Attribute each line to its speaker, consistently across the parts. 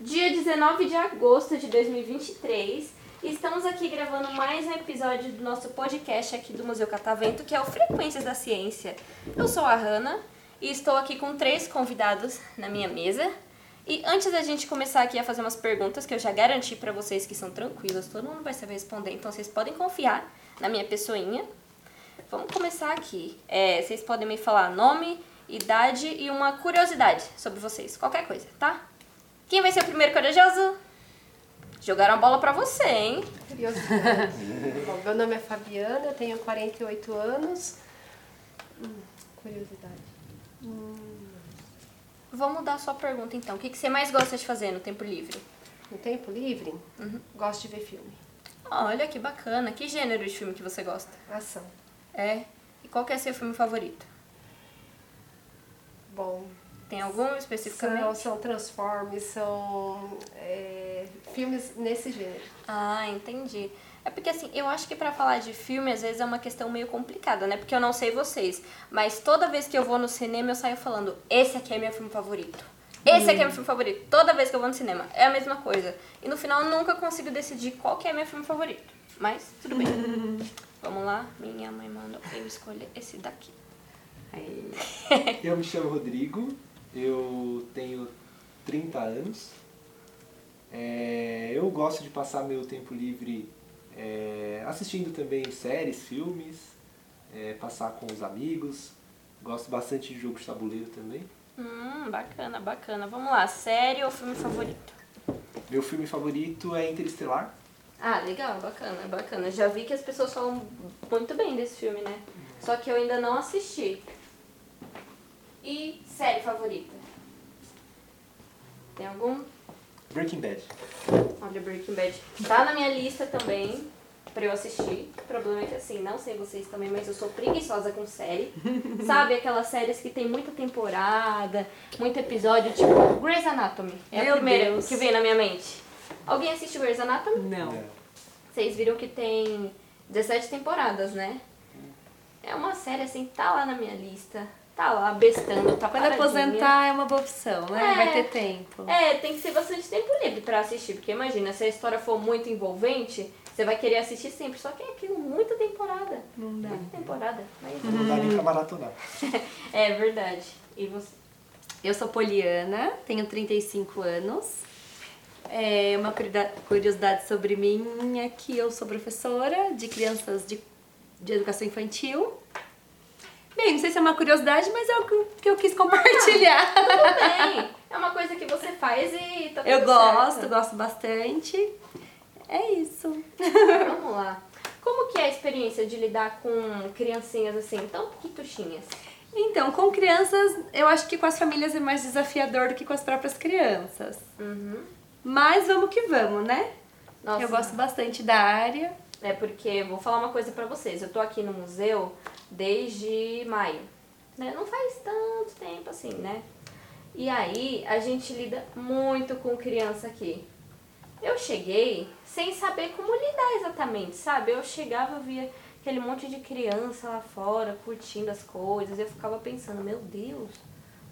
Speaker 1: Dia 19 de agosto de 2023, e estamos aqui gravando mais um episódio do nosso podcast aqui do Museu Catavento, que é o Frequências da Ciência. Eu sou a Hanna e estou aqui com três convidados na minha mesa. E antes da gente começar aqui a fazer umas perguntas que eu já garanti pra vocês que são tranquilas, todo mundo vai saber responder, então vocês podem confiar na minha pessoinha. Vamos começar aqui. É, vocês podem me falar nome, idade e uma curiosidade sobre vocês, qualquer coisa, tá? Quem vai ser o primeiro corajoso? Jogaram a bola pra você, hein?
Speaker 2: Curiosidade. Bom, meu nome é Fabiana, eu tenho 48 anos. Hum, curiosidade.
Speaker 1: Vou mudar a sua pergunta então. O que, que você mais gosta de fazer no tempo livre?
Speaker 2: No Um tempo livre,
Speaker 3: Uhum.
Speaker 2: gosto de ver filme.
Speaker 1: Olha que bacana. Que gênero de filme que você gosta?
Speaker 2: Ação.
Speaker 1: É. E qual que é seu filme favorito?
Speaker 2: Bom,
Speaker 1: Tem algum
Speaker 2: são,
Speaker 1: especificamente?
Speaker 2: são Transformers, são é, filmes nesse gênero.
Speaker 1: Ah, entendi. É porque assim, eu acho que pra falar de filme às vezes é uma questão meio complicada, né? Porque eu não sei vocês, mas toda vez que eu vou no cinema eu saio falando: esse aqui é meu filme favorito. Esse aqui é meu filme favorito. Toda vez que eu vou no cinema é a mesma coisa. E no final eu nunca consigo decidir qual que é meu filme favorito. Mas tudo bem. Vamos lá, minha mãe mandou eu escolher esse daqui.
Speaker 4: Eu me chamo Rodrigo, eu tenho 30 anos. É, eu gosto de passar meu tempo livre é, assistindo também séries, filmes, é, passar com os amigos. Gosto bastante de jogo de tabuleiro também.
Speaker 1: Hum, bacana, bacana. Vamos lá, série ou filme favorito?
Speaker 4: Meu filme favorito é Interestelar.
Speaker 1: Ah, legal, bacana, bacana. Já vi que as pessoas falam muito bem desse filme, né? Só que eu ainda não assisti. E série favorita? Tem algum?
Speaker 4: Breaking Bad.
Speaker 1: Olha, Breaking Bad. Tá na minha lista também pra eu assistir. O problema é que assim, não sei vocês também, mas eu sou preguiçosa com série. Sabe aquelas séries que tem muita temporada, muito episódio, tipo Grey's Anatomy. É a
Speaker 3: Meu
Speaker 1: primeira
Speaker 3: Deus.
Speaker 1: que vem na minha mente. Alguém assistiu Grey's Anatomy?
Speaker 3: Não.
Speaker 1: Vocês viram que tem 17 temporadas, né? É uma série assim, tá lá na minha lista. Tá lá, bestando, tá
Speaker 3: Quando
Speaker 1: paradinha.
Speaker 3: aposentar é uma boa opção, né?
Speaker 1: É.
Speaker 3: Vai ter tempo.
Speaker 1: É, tem que ser bastante tempo livre pra assistir, porque imagina, se a história for muito envolvente, você vai querer assistir sempre. Só que é aquilo, muita temporada.
Speaker 3: Não dá.
Speaker 1: Muita temporada. Mas...
Speaker 4: Não dá nem pra maratonar.
Speaker 1: É verdade. E você?
Speaker 3: Eu sou Poliana, tenho 35 anos. É, uma curida- curiosidade sobre mim é que eu sou professora de crianças de, de educação infantil. Bem, não sei se é uma curiosidade, mas é o que- que eu quis compartilhar.
Speaker 1: Tudo bem. É uma coisa que você faz e tá tudo
Speaker 3: eu gosto,
Speaker 1: certo.
Speaker 3: gosto bastante. É isso.
Speaker 1: Vamos lá. Como que é a experiência de lidar com criancinhas assim, tão pequituchinhas?
Speaker 3: Então, com crianças, eu acho que com as famílias é mais desafiador do que com as próprias crianças. Mas vamos que vamos, né?
Speaker 1: Uhum. Nossa.
Speaker 3: Eu gosto bastante da área.
Speaker 1: É porque, vou falar uma coisa pra vocês, eu tô aqui no museu desde maio. né? Não faz tanto tempo assim, né? E aí, a gente lida muito com criança aqui. Eu cheguei sem saber como lidar exatamente, sabe? Eu chegava, via aquele monte de criança lá fora, curtindo as coisas. Eu ficava pensando, meu Deus,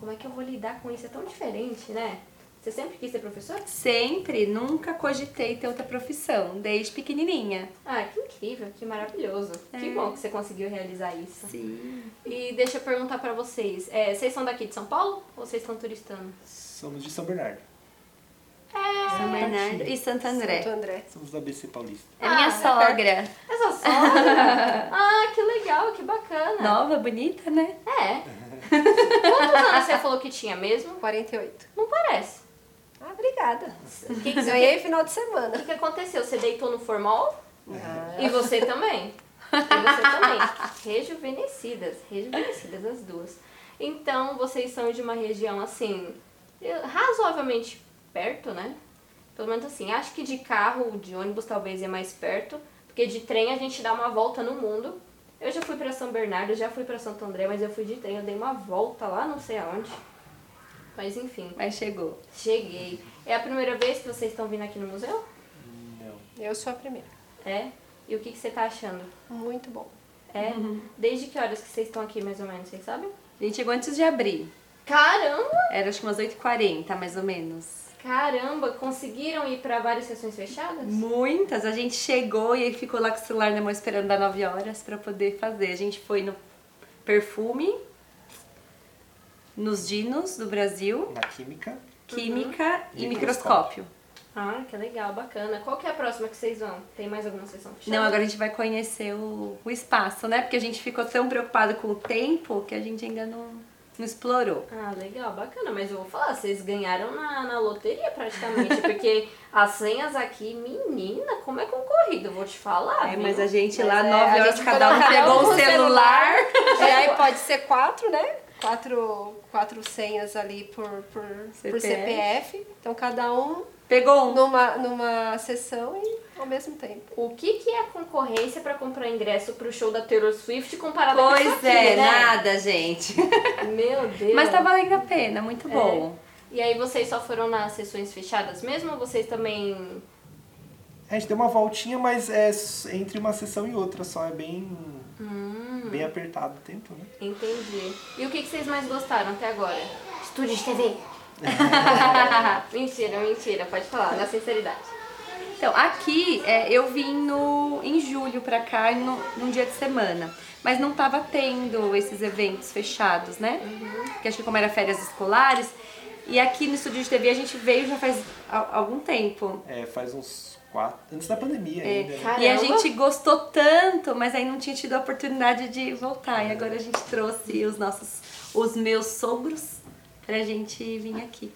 Speaker 1: como é que eu vou lidar com isso? É tão diferente, né? Você sempre quis ser professora?
Speaker 3: Sempre, nunca cogitei ter outra profissão, desde pequenininha.
Speaker 1: Ah, que incrível, que maravilhoso. Que bom que você conseguiu realizar isso.
Speaker 3: Sim.
Speaker 1: E deixa eu perguntar pra vocês, é, vocês são daqui de São Paulo ou vocês estão turistando?
Speaker 4: Somos de São Bernardo.
Speaker 1: É,
Speaker 3: São Bernardo e Santo André.
Speaker 2: Santo André.
Speaker 4: Somos da BC Paulista.
Speaker 3: É minha
Speaker 1: Ah,
Speaker 3: sogra.
Speaker 1: É só sogra? ah, que legal, que bacana.
Speaker 3: Nova, bonita, né?
Speaker 1: É. Quantos anos você falou que tinha mesmo?
Speaker 2: 48.
Speaker 1: Não parece.
Speaker 2: Ah, obrigada.
Speaker 1: O que, que, o
Speaker 2: Ganhei final de semana.
Speaker 1: que que aconteceu? Você deitou no formal?
Speaker 2: Ah,
Speaker 1: E você também. E você também. Rejuvenescidas, rejuvenescidas as duas. Então, vocês são de uma região assim, razoavelmente perto, né? Pelo menos assim, acho que de carro, de ônibus talvez é mais perto, porque de trem a gente dá uma volta no mundo. Eu já fui pra São Bernardo, já fui pra Santo André, mas eu fui de trem, eu dei uma volta lá, não sei aonde. Mas enfim,
Speaker 3: Mas chegou.
Speaker 1: cheguei. É a primeira vez que vocês estão vindo aqui no museu?
Speaker 4: Não.
Speaker 2: Eu sou a primeira.
Speaker 1: É? E o que, que você tá achando?
Speaker 2: Muito bom.
Speaker 1: É? Desde que horas que vocês estão aqui, mais ou menos, vocês sabem?
Speaker 3: A gente chegou antes de abrir.
Speaker 1: Caramba!
Speaker 3: Era acho que umas 8h40, mais ou menos.
Speaker 1: Caramba! Conseguiram ir pra várias sessões fechadas?
Speaker 3: Muitas. A gente chegou e aí ficou lá com o celular na mão esperando dar 9 horas pra poder fazer. A gente foi no perfume, nos dinos do Brasil,
Speaker 4: Na química,
Speaker 3: química e
Speaker 4: E
Speaker 3: microscópio.
Speaker 1: Ah, que legal, bacana. Qual que é a próxima que vocês vão? Tem mais alguma sessão fechada?
Speaker 3: Não, agora a gente vai conhecer o, o espaço, né? Porque a gente ficou tão preocupado com o tempo que a gente ainda não, não explorou.
Speaker 1: Ah, legal, bacana. Mas eu vou falar, vocês ganharam na, na loteria praticamente, porque as senhas aqui, menina, como é concorrido, eu vou te falar.
Speaker 3: É,
Speaker 1: Ah, viu?
Speaker 3: mas a gente lá,
Speaker 2: é,
Speaker 3: nove
Speaker 2: a
Speaker 3: horas,
Speaker 2: gente
Speaker 3: cada um
Speaker 2: cada um
Speaker 3: pegou
Speaker 2: com
Speaker 3: um
Speaker 2: o
Speaker 3: celular.
Speaker 2: E aí pode ser quatro, né? Quatro, quatro senhas ali por, por, por
Speaker 3: CPF.
Speaker 2: CPF. Então cada um
Speaker 3: Pegou um.
Speaker 2: numa, numa sessão e ao mesmo tempo.
Speaker 1: O que, que é a concorrência pra comprar ingresso pro show da Taylor Swift comparado com isso
Speaker 3: Pois
Speaker 1: tá aqui,
Speaker 3: é,
Speaker 1: né?
Speaker 3: nada, gente.
Speaker 1: Meu Deus.
Speaker 3: Mas tá valendo a pena, muito bom.
Speaker 1: E aí vocês só foram nas sessões fechadas mesmo? Ou vocês também...
Speaker 4: É, a gente deu uma voltinha, mas é s- entre uma sessão e outra só, é bem, bem apertado o tempo, né?
Speaker 1: Entendi. E o que, que vocês mais gostaram até agora? Estúdio de TV. mentira, mentira. Pode falar, na sinceridade.
Speaker 3: Então, aqui é, eu vim no, em julho pra cá, no, num dia de semana. Mas não tava tendo esses eventos fechados, né? Porque acho que como era férias escolares. E aqui no estúdio de TV a gente veio já faz al- algum tempo.
Speaker 4: É, faz uns quatro. Antes da pandemia ainda. né?
Speaker 1: Caramba.
Speaker 3: E a gente gostou tanto, mas aí não tinha tido a oportunidade de voltar. E agora a gente trouxe os nossos, os meus sogros pra gente vir aqui.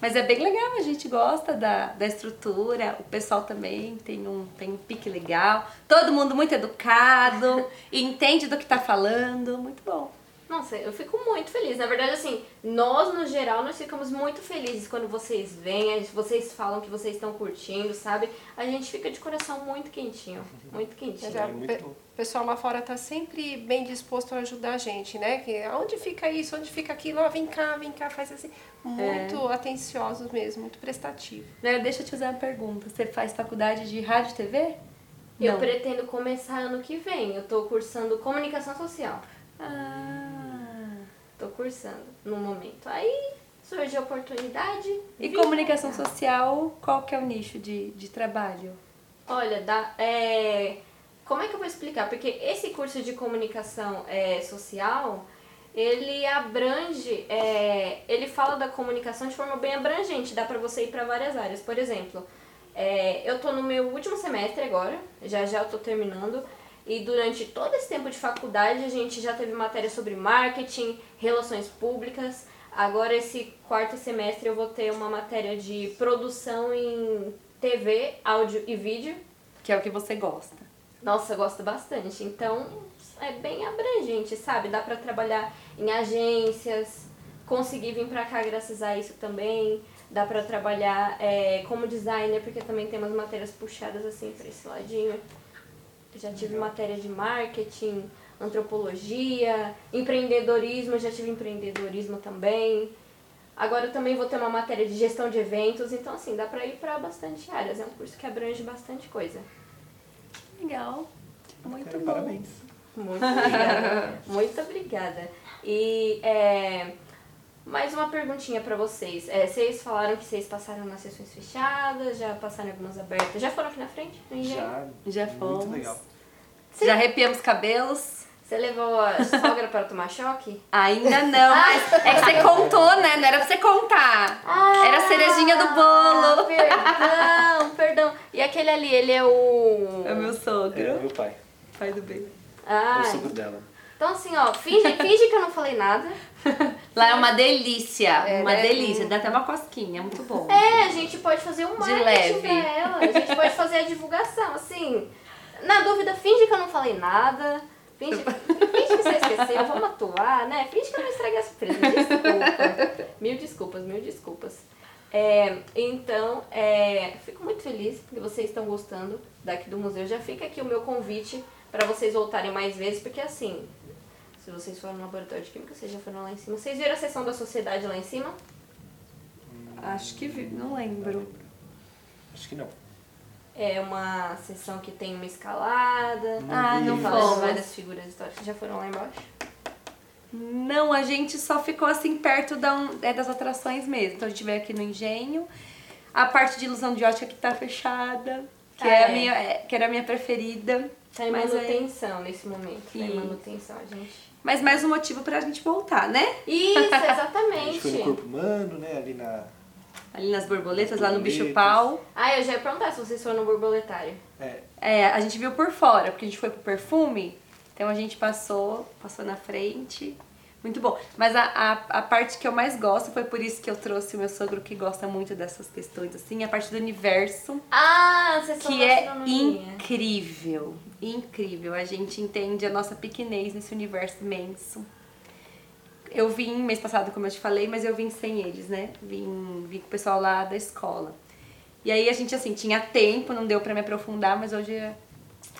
Speaker 3: Mas é bem legal, a gente gosta da, da estrutura, o pessoal também tem um, tem um pique legal, todo mundo muito educado, e entende do que tá falando, muito bom.
Speaker 1: Nossa, eu fico muito feliz. Na verdade, assim, nós no geral, nós ficamos muito felizes quando vocês vêm, a gente- vocês falam que vocês estão curtindo, sabe? A gente fica de coração muito quentinho, muito quentinho.
Speaker 2: Já-
Speaker 4: é muito-
Speaker 2: O pessoal lá fora tá sempre bem disposto a ajudar a gente, né? Que onde fica isso, onde fica aquilo, ó, vem cá, vem cá, faz assim. Muito atenciosos mesmo, muito prestativo.
Speaker 3: Agora Né, deixa eu te fazer uma pergunta, você faz faculdade de rádio e TV?
Speaker 1: Eu
Speaker 3: Não.
Speaker 1: pretendo começar ano que vem. Eu tô cursando comunicação social.
Speaker 3: Ah.
Speaker 1: Tô cursando no momento. Aí surge a oportunidade.
Speaker 3: E
Speaker 1: vim.
Speaker 3: comunicação social, qual que é o nicho de, de trabalho?
Speaker 1: Olha, dá, é, como é que eu vou explicar? Porque esse curso de comunicação é, social, ele abrange, é, ele fala da comunicação de forma bem abrangente, dá pra você ir pra várias áreas. Por exemplo, é, eu tô no meu último semestre agora, já já eu tô terminando, e durante todo esse tempo de faculdade a gente já teve matéria sobre marketing, relações públicas. Agora esse quarto semestre eu vou ter uma matéria de produção em TV, áudio e vídeo.
Speaker 3: que é o que você gosta.
Speaker 1: Nossa, eu gosto bastante. Então, é bem abrangente, sabe? Dá pra trabalhar em agências, consegui vir pra cá graças a isso também. Dá pra trabalhar é, como designer, porque também tem umas matérias puxadas assim pra esse ladinho. Eu Já tive matéria de marketing, antropologia, empreendedorismo, eu já tive empreendedorismo também. Agora eu também vou ter uma matéria de gestão de eventos, então assim, dá pra ir pra bastante áreas. É um curso que abrange bastante coisa.
Speaker 3: Legal. Muito
Speaker 4: Cara,
Speaker 3: bom.
Speaker 4: parabéns.
Speaker 1: Muito obrigada. Muito obrigada. E é, mais uma perguntinha pra vocês. É, vocês falaram que vocês passaram nas sessões fechadas, já passaram em algumas abertas. Já foram aqui na frente? no engenho?
Speaker 4: Já,
Speaker 3: Já fomos.
Speaker 4: muito legal.
Speaker 3: Já arrepiamos cabelos?
Speaker 1: Você levou a sogra para tomar choque?
Speaker 3: Ainda não, mas é que você contou, né? Não era pra você contar. Era a cerejinha do bolo.
Speaker 1: Ah, Perdão, perdão. E aquele ali, ele é o.
Speaker 3: É o meu
Speaker 4: É,
Speaker 3: sogro.
Speaker 4: meu pai,
Speaker 3: Pai do bem.
Speaker 1: Ah,
Speaker 4: eu sou o dela.
Speaker 1: então assim, ó, finge, finge que eu não falei nada.
Speaker 3: Lá é uma delícia.
Speaker 2: É,
Speaker 3: uma
Speaker 2: né?
Speaker 3: delícia. Dá até uma cosquinha. Muito bom.
Speaker 1: É, a gente pode fazer um marketing
Speaker 3: leve.
Speaker 1: pra ela, a gente pode fazer a divulgação, assim. Na dúvida, finge que eu não falei nada, finge, finge que você esqueceu, vamos atuar, né? Finge que eu não estraguei a surpresa, desculpa. Mil desculpas, mil desculpas. É, então, é, fico muito feliz que vocês estão gostando daqui do museu. Já fica aqui o meu convite pra vocês voltarem mais vezes, porque assim, se vocês foram no laboratório de química, vocês já foram lá em cima. Vocês viram a sessão da sociedade lá em cima?
Speaker 3: Acho que vi. Não lembro.
Speaker 4: Acho que não.
Speaker 1: é uma sessão que tem uma escalada.
Speaker 3: Ah, não
Speaker 1: fala de
Speaker 3: fomos.
Speaker 1: várias figuras históricas. Já foram lá embaixo?
Speaker 3: Não, a gente só ficou assim perto da um- é, das atrações mesmo. Então a gente veio aqui no Engenho. A parte de ilusão de ótica que tá fechada, que,
Speaker 1: Ah,
Speaker 3: é a
Speaker 1: é.
Speaker 3: minha, é, que era a minha preferida.
Speaker 1: Tá em
Speaker 3: Mas aí-
Speaker 1: manutenção nesse momento. Tá em
Speaker 3: Sim.
Speaker 1: manutenção, a gente.
Speaker 3: Mas mais um motivo pra gente voltar, né?
Speaker 1: Isso,
Speaker 4: A gente
Speaker 1: exatamente.
Speaker 4: foi no corpo humano, né? Ali na.
Speaker 3: Ali nas borboletas, lá no
Speaker 4: Borboletas.
Speaker 3: bicho pau.
Speaker 1: Ah, eu já ia perguntar se vocês foram no borboletário.
Speaker 4: É,
Speaker 3: É, a gente viu por fora, porque a gente foi pro perfume. Então a gente passou, passou na frente. Muito bom. Mas a, a, a parte que eu mais gosto, foi por isso que eu trouxe o meu sogro que gosta muito dessas questões, assim, a parte do universo.
Speaker 1: Ah, vocês são
Speaker 3: que
Speaker 1: da
Speaker 3: é
Speaker 1: astronomia.
Speaker 3: incrível, incrível. A gente entende a nossa pequenez nesse universo imenso. Eu vim mês passado, como eu te falei, mas eu vim sem eles, né? Vim, vim com o pessoal lá da escola. E aí a gente, assim, tinha tempo, não deu pra me aprofundar, mas hoje eu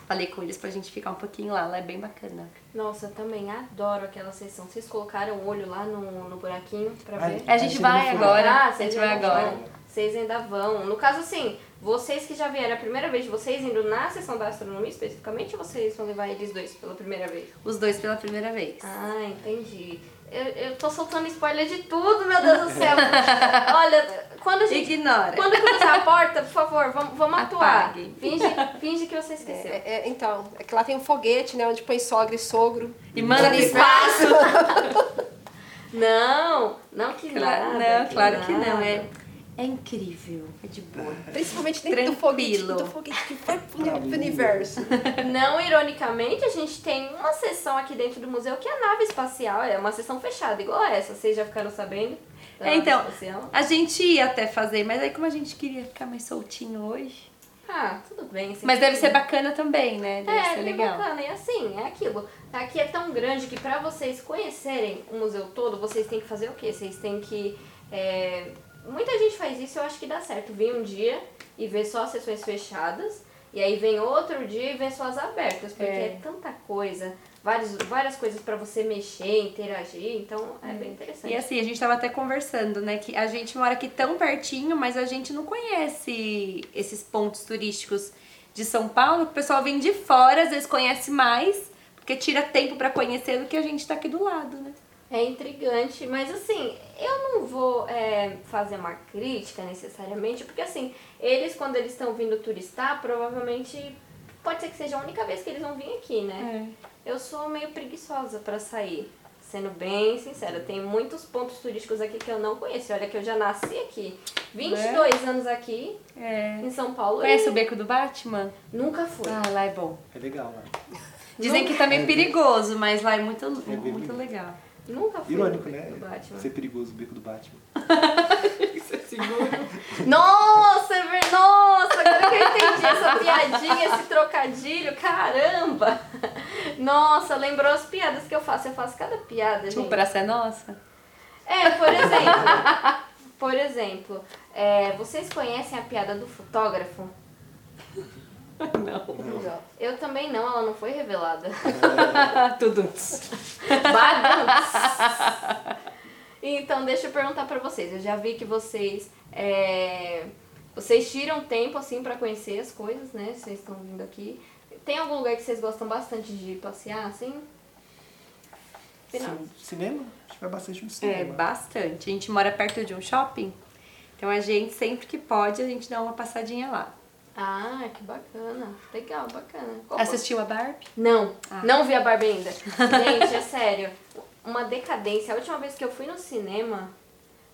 Speaker 3: falei com eles pra gente ficar um pouquinho lá, lá é bem bacana.
Speaker 1: Nossa, eu também adoro aquela sessão. Vocês colocaram o olho lá no, no buraquinho pra
Speaker 4: Ai,
Speaker 1: ver?
Speaker 3: A gente
Speaker 4: Achei
Speaker 3: vai
Speaker 4: que não foi.
Speaker 3: agora,
Speaker 1: Ah,
Speaker 3: a gente
Speaker 1: vocês
Speaker 3: vai
Speaker 1: ainda
Speaker 3: agora.
Speaker 1: vão. Vocês ainda vão. No caso, assim, vocês que já vieram a primeira vez de vocês indo na sessão da astronomia especificamente, ou vocês vão levar eles dois pela primeira vez?
Speaker 3: Os dois pela primeira vez.
Speaker 1: Ah, entendi. Eu, eu tô soltando spoiler de tudo, meu Deus do céu. Olha, quando a gente.
Speaker 3: Ignora.
Speaker 1: Quando cruzar a porta, por favor, vamos, vamos atuar.
Speaker 3: Apague.
Speaker 1: Finge, finge que você esqueceu.
Speaker 2: É, é, então, é que lá tem um foguete, né? Onde põe sogra e sogro.
Speaker 3: E manda pro
Speaker 2: Ele-
Speaker 3: espaço.
Speaker 1: Não, não que
Speaker 3: Claro,
Speaker 1: nada.
Speaker 3: não, claro que não.
Speaker 1: nada.
Speaker 3: É, é incrível, é de boa.
Speaker 2: Principalmente dentro do foguete,
Speaker 3: Tranquilo.
Speaker 2: do foguete que vai pro universo.
Speaker 1: Não, ironicamente, a gente tem uma sessão aqui dentro do museu que é a nave espacial. É uma sessão fechada, igual a essa. Vocês já ficaram sabendo? da
Speaker 3: É,
Speaker 1: nave
Speaker 3: então.
Speaker 1: espacial?
Speaker 3: A gente ia até fazer, mas aí como a gente queria ficar mais soltinho hoje.
Speaker 1: Ah, tudo bem. assim,
Speaker 3: Mas deve ser
Speaker 1: tudo
Speaker 3: bacana também, né? Deve
Speaker 1: É,
Speaker 3: ser
Speaker 1: bem
Speaker 3: legal.
Speaker 1: bacana. E assim, é aquilo. Aqui é tão grande que pra vocês conhecerem o museu todo, vocês têm que fazer o quê? Vocês têm que. é, Muita gente faz isso, eu acho que dá certo. Vem um dia e vê só as sessões fechadas. E aí vem outro dia e vê só as abertas, porque é,
Speaker 3: É.
Speaker 1: tanta coisa, vários, várias coisas pra você mexer, interagir, então é bem interessante.
Speaker 3: E assim, a gente tava até conversando, né? Que a gente mora aqui tão pertinho, mas a gente não conhece esses pontos turísticos de São Paulo. que O pessoal vem de fora, às vezes conhece mais, porque tira tempo pra conhecer do que a gente tá aqui do lado, né?
Speaker 1: É intrigante, mas assim, eu não vou é, fazer uma crítica necessariamente, porque assim, eles quando eles estão vindo turistar, provavelmente pode ser que seja a única vez que eles vão vir aqui, né? Eu sou meio preguiçosa pra sair, sendo bem sincera, tem muitos pontos turísticos aqui que eu não conheço. Olha que eu já nasci aqui, 22 anos aqui
Speaker 3: É.
Speaker 1: em São Paulo.
Speaker 3: Conhece
Speaker 1: e
Speaker 3: o beco do Batman?
Speaker 1: Nunca fui.
Speaker 3: Ah, lá é bom.
Speaker 4: é legal, né?
Speaker 3: Dizem que tá meio perigoso, mas lá é muito,
Speaker 4: bem
Speaker 3: muito
Speaker 4: bonito.
Speaker 3: legal.
Speaker 1: Nunca fui.
Speaker 4: Irônico,
Speaker 1: no
Speaker 4: né?
Speaker 1: Do Batman.
Speaker 4: Ser perigoso o beco do Batman.
Speaker 1: Nossa, é ver- nossa, agora que eu entendi essa piadinha, esse trocadilho, caramba! Nossa, lembrou as piadas que eu faço. Eu faço cada piada,
Speaker 3: Tipo,
Speaker 1: gente.
Speaker 3: praça é nossa?
Speaker 1: É, por exemplo. Por exemplo, é, vocês conhecem a piada do fotógrafo?
Speaker 3: Não.
Speaker 1: Eu também não, ela não foi revelada.
Speaker 3: Tudo.
Speaker 1: Bagunça. Então, deixa eu perguntar pra vocês. Eu já vi que vocês é, vocês tiram tempo assim pra conhecer as coisas, né? Vocês estão vindo aqui. Tem algum lugar que vocês gostam bastante de passear assim? Final.
Speaker 4: Cin- Cinema? Acho que vai bastante no
Speaker 3: É,
Speaker 4: cinema.
Speaker 3: bastante. A gente mora perto de um shopping, então a gente, sempre que pode, a gente dá uma passadinha lá.
Speaker 1: Ah, que bacana. Legal, bacana. Qual foi?
Speaker 3: Assistiu a Barbie?
Speaker 1: Não,
Speaker 3: Ah.
Speaker 1: não vi a Barbie ainda. Gente, é sério. Uma decadência. A última vez que eu fui no cinema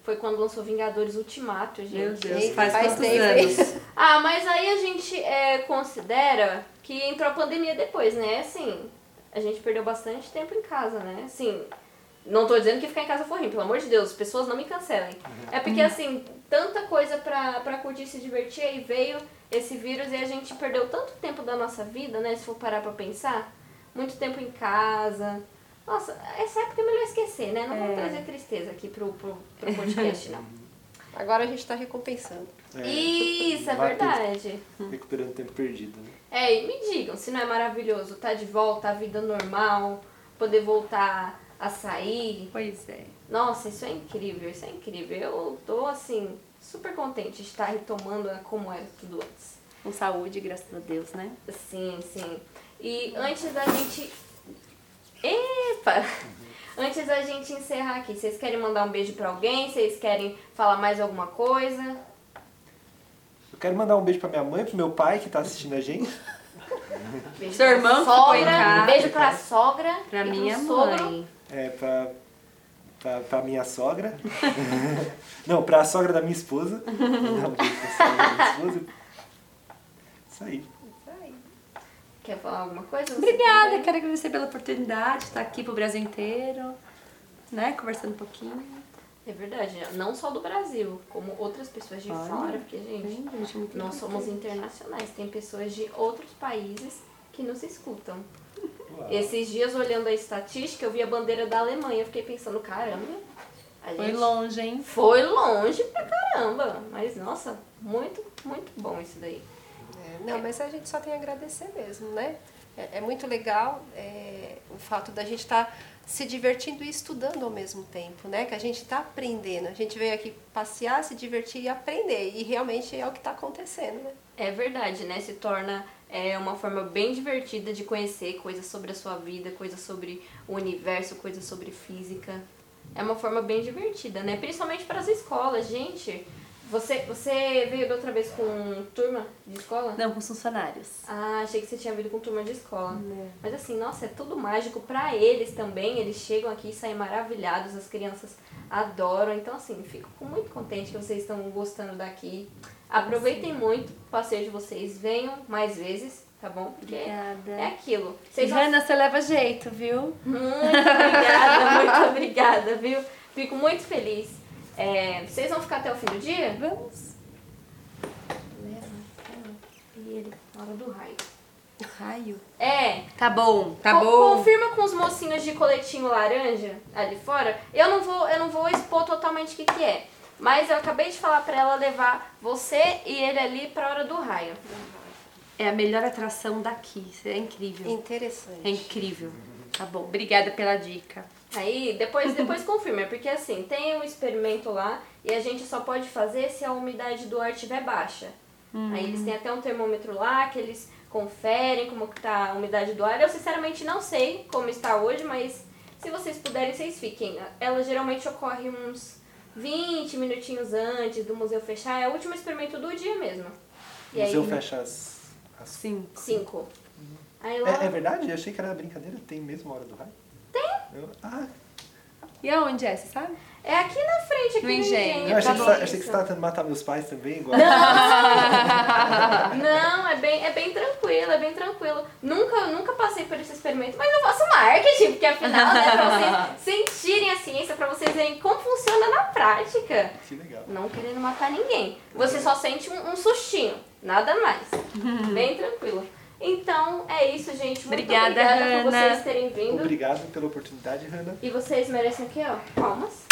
Speaker 1: foi quando lançou Vingadores Ultimato, gente.
Speaker 2: Deus,
Speaker 3: faz,
Speaker 2: faz
Speaker 3: quantos
Speaker 2: tempo, hein?
Speaker 3: anos?
Speaker 1: Ah, mas aí a gente é, considera que entrou a pandemia depois, né? Assim, a gente perdeu bastante tempo em casa, né? Assim, não tô dizendo que ficar em casa foi ruim, pelo amor de Deus, pessoas não me cancelem. É porque, assim, tanta coisa pra, pra curtir e se divertir, aí veio esse vírus e a gente perdeu tanto tempo da nossa vida, né? Se for parar pra pensar, muito tempo em casa. Nossa, essa época é melhor esquecer, né? Não vamos trazer tristeza aqui pro, pro, pro podcast, não.
Speaker 2: Agora a gente tá recompensando.
Speaker 4: É,
Speaker 1: Isso, é
Speaker 4: Vai
Speaker 1: verdade.
Speaker 4: Recuperando tempo perdido, né?
Speaker 1: É, e me digam se não é maravilhoso tá de volta à vida normal, poder voltar a sair.
Speaker 3: Pois é.
Speaker 1: Nossa, isso é incrível, isso é incrível. Eu tô assim, super contente de estar retomando a como era tudo antes.
Speaker 3: com saúde, graças a Deus, né?
Speaker 1: Sim, sim. E antes da gente. Epa! Antes da gente encerrar aqui, vocês querem mandar um beijo pra alguém? Vocês querem falar mais alguma coisa?
Speaker 4: Eu quero mandar um beijo pra minha mãe, pro meu pai que tá assistindo a gente.
Speaker 1: Beijo
Speaker 3: Seu
Speaker 1: pra
Speaker 3: irmão ficou em
Speaker 1: sogra,
Speaker 3: casa.
Speaker 1: beijo pra sogra.
Speaker 3: Pra
Speaker 1: e pro
Speaker 3: minha
Speaker 1: sogro.
Speaker 3: mãe.
Speaker 4: É, pra, pra, pra minha sogra. Não, pra sogra da minha esposa. Não, pra sogra da minha esposa. Isso aí.
Speaker 1: Quer falar alguma coisa? Você
Speaker 3: Obrigada,
Speaker 1: também?
Speaker 3: quero agradecer pela oportunidade de estar aqui pro Brasil inteiro, né? Conversando um pouquinho.
Speaker 1: É verdade, não só do Brasil, como outras pessoas de
Speaker 3: Olha,
Speaker 1: fora, porque, gente,
Speaker 3: Bem, gente, muito
Speaker 1: nós somos
Speaker 3: importante.
Speaker 1: internacionais, tem pessoas de outros países que nos escutam.
Speaker 4: Uau.
Speaker 1: Esses dias, olhando a estatística, eu vi a bandeira da Alemanha, eu fiquei pensando, caramba, a
Speaker 3: Foi
Speaker 1: gente
Speaker 3: longe, hein?
Speaker 1: foi longe pra caramba, mas nossa, muito, muito bom isso daí.
Speaker 2: É, Não, mas a gente só tem a agradecer mesmo, né? É, é muito legal é, o fato da gente estar se divertindo e estudando ao mesmo tempo, né? Que a gente está aprendendo. A gente veio aqui passear, se divertir e aprender. E realmente é o que está acontecendo, né?
Speaker 1: É verdade, né? Se torna é, uma forma bem divertida de conhecer coisas sobre a sua vida, coisas sobre o universo, coisas sobre física. É uma forma bem divertida, né? Principalmente para as escolas, gente. Você, você veio da outra vez com turma de escola?
Speaker 3: Não, com os funcionários.
Speaker 1: Ah, achei que você tinha vindo com turma de escola. Mas assim, nossa, é tudo mágico pra eles também. Eles chegam aqui e saem maravilhados, as crianças adoram. Então, assim, fico com- muito contente que vocês estão gostando daqui. Aproveitem muito o passeio de vocês, venham mais vezes, tá bom? Porque
Speaker 3: Obrigada.
Speaker 1: é aquilo. Vocês vão
Speaker 3: Rana, você leva jeito, viu?
Speaker 1: muito obrigada, muito obrigada, viu? Fico muito feliz. É, vocês vão ficar até o fim do dia?
Speaker 3: Vamos.
Speaker 1: E ele, na hora do raio.
Speaker 3: Raio.
Speaker 1: É,
Speaker 3: Tá bom, tá
Speaker 1: Con-
Speaker 3: bom.
Speaker 1: Confirma com os mocinhos de coletinho laranja ali fora. Eu não vou, eu não vou expor totalmente o que, que é. Mas eu acabei de falar pra ela levar você e ele ali pra hora do raio.
Speaker 3: É a melhor atração daqui. Isso é incrível. É
Speaker 2: Interessante.
Speaker 3: incrível. Tá bom. Obrigada pela dica.
Speaker 1: Aí depois, depois confirma, porque assim, tem um experimento lá e a gente só pode fazer se a umidade do ar estiver baixa.
Speaker 3: Hum.
Speaker 1: Aí eles têm até um termômetro lá que eles conferem como que tá a umidade do ar. Eu sinceramente não sei como está hoje, mas se vocês puderem, vocês fiquem. Ela geralmente ocorre uns 20 minutinhos antes do museu fechar, é o último experimento do dia mesmo. E
Speaker 4: O museu
Speaker 1: aí,
Speaker 4: fecha às. às...
Speaker 3: Sim.
Speaker 1: 5.
Speaker 3: Uhum.
Speaker 1: Aí lá
Speaker 4: É, é verdade? Eu achei que era brincadeira. Tem mesmo a hora do raio? Tem! ah,
Speaker 3: E aonde é, você sabe?
Speaker 1: é aqui na frente, aqui
Speaker 3: No
Speaker 1: no
Speaker 3: Engenho.
Speaker 1: engenho.
Speaker 4: eu achei que,
Speaker 1: tá
Speaker 4: você,
Speaker 1: bom.
Speaker 4: achei que você tava tentando matar meus pais também, igual.
Speaker 1: Não, é bem, é bem tranquilo, é bem tranquilo. Nunca, nunca passei por esse experimento, mas eu faço marketing, porque afinal, né, pra vocês sentirem a ciência, pra vocês verem como funciona na prática.
Speaker 4: Que legal.
Speaker 1: Não querendo matar ninguém. Você só sente um, um sustinho, nada mais. Bem tranquilo. Então, é isso, gente. Muito
Speaker 3: Obrigada,
Speaker 1: obrigada por
Speaker 3: Hannah.
Speaker 1: vocês terem vindo.
Speaker 4: Obrigado pela oportunidade, Hanna.
Speaker 1: E vocês merecem o quê, ó? Palmas.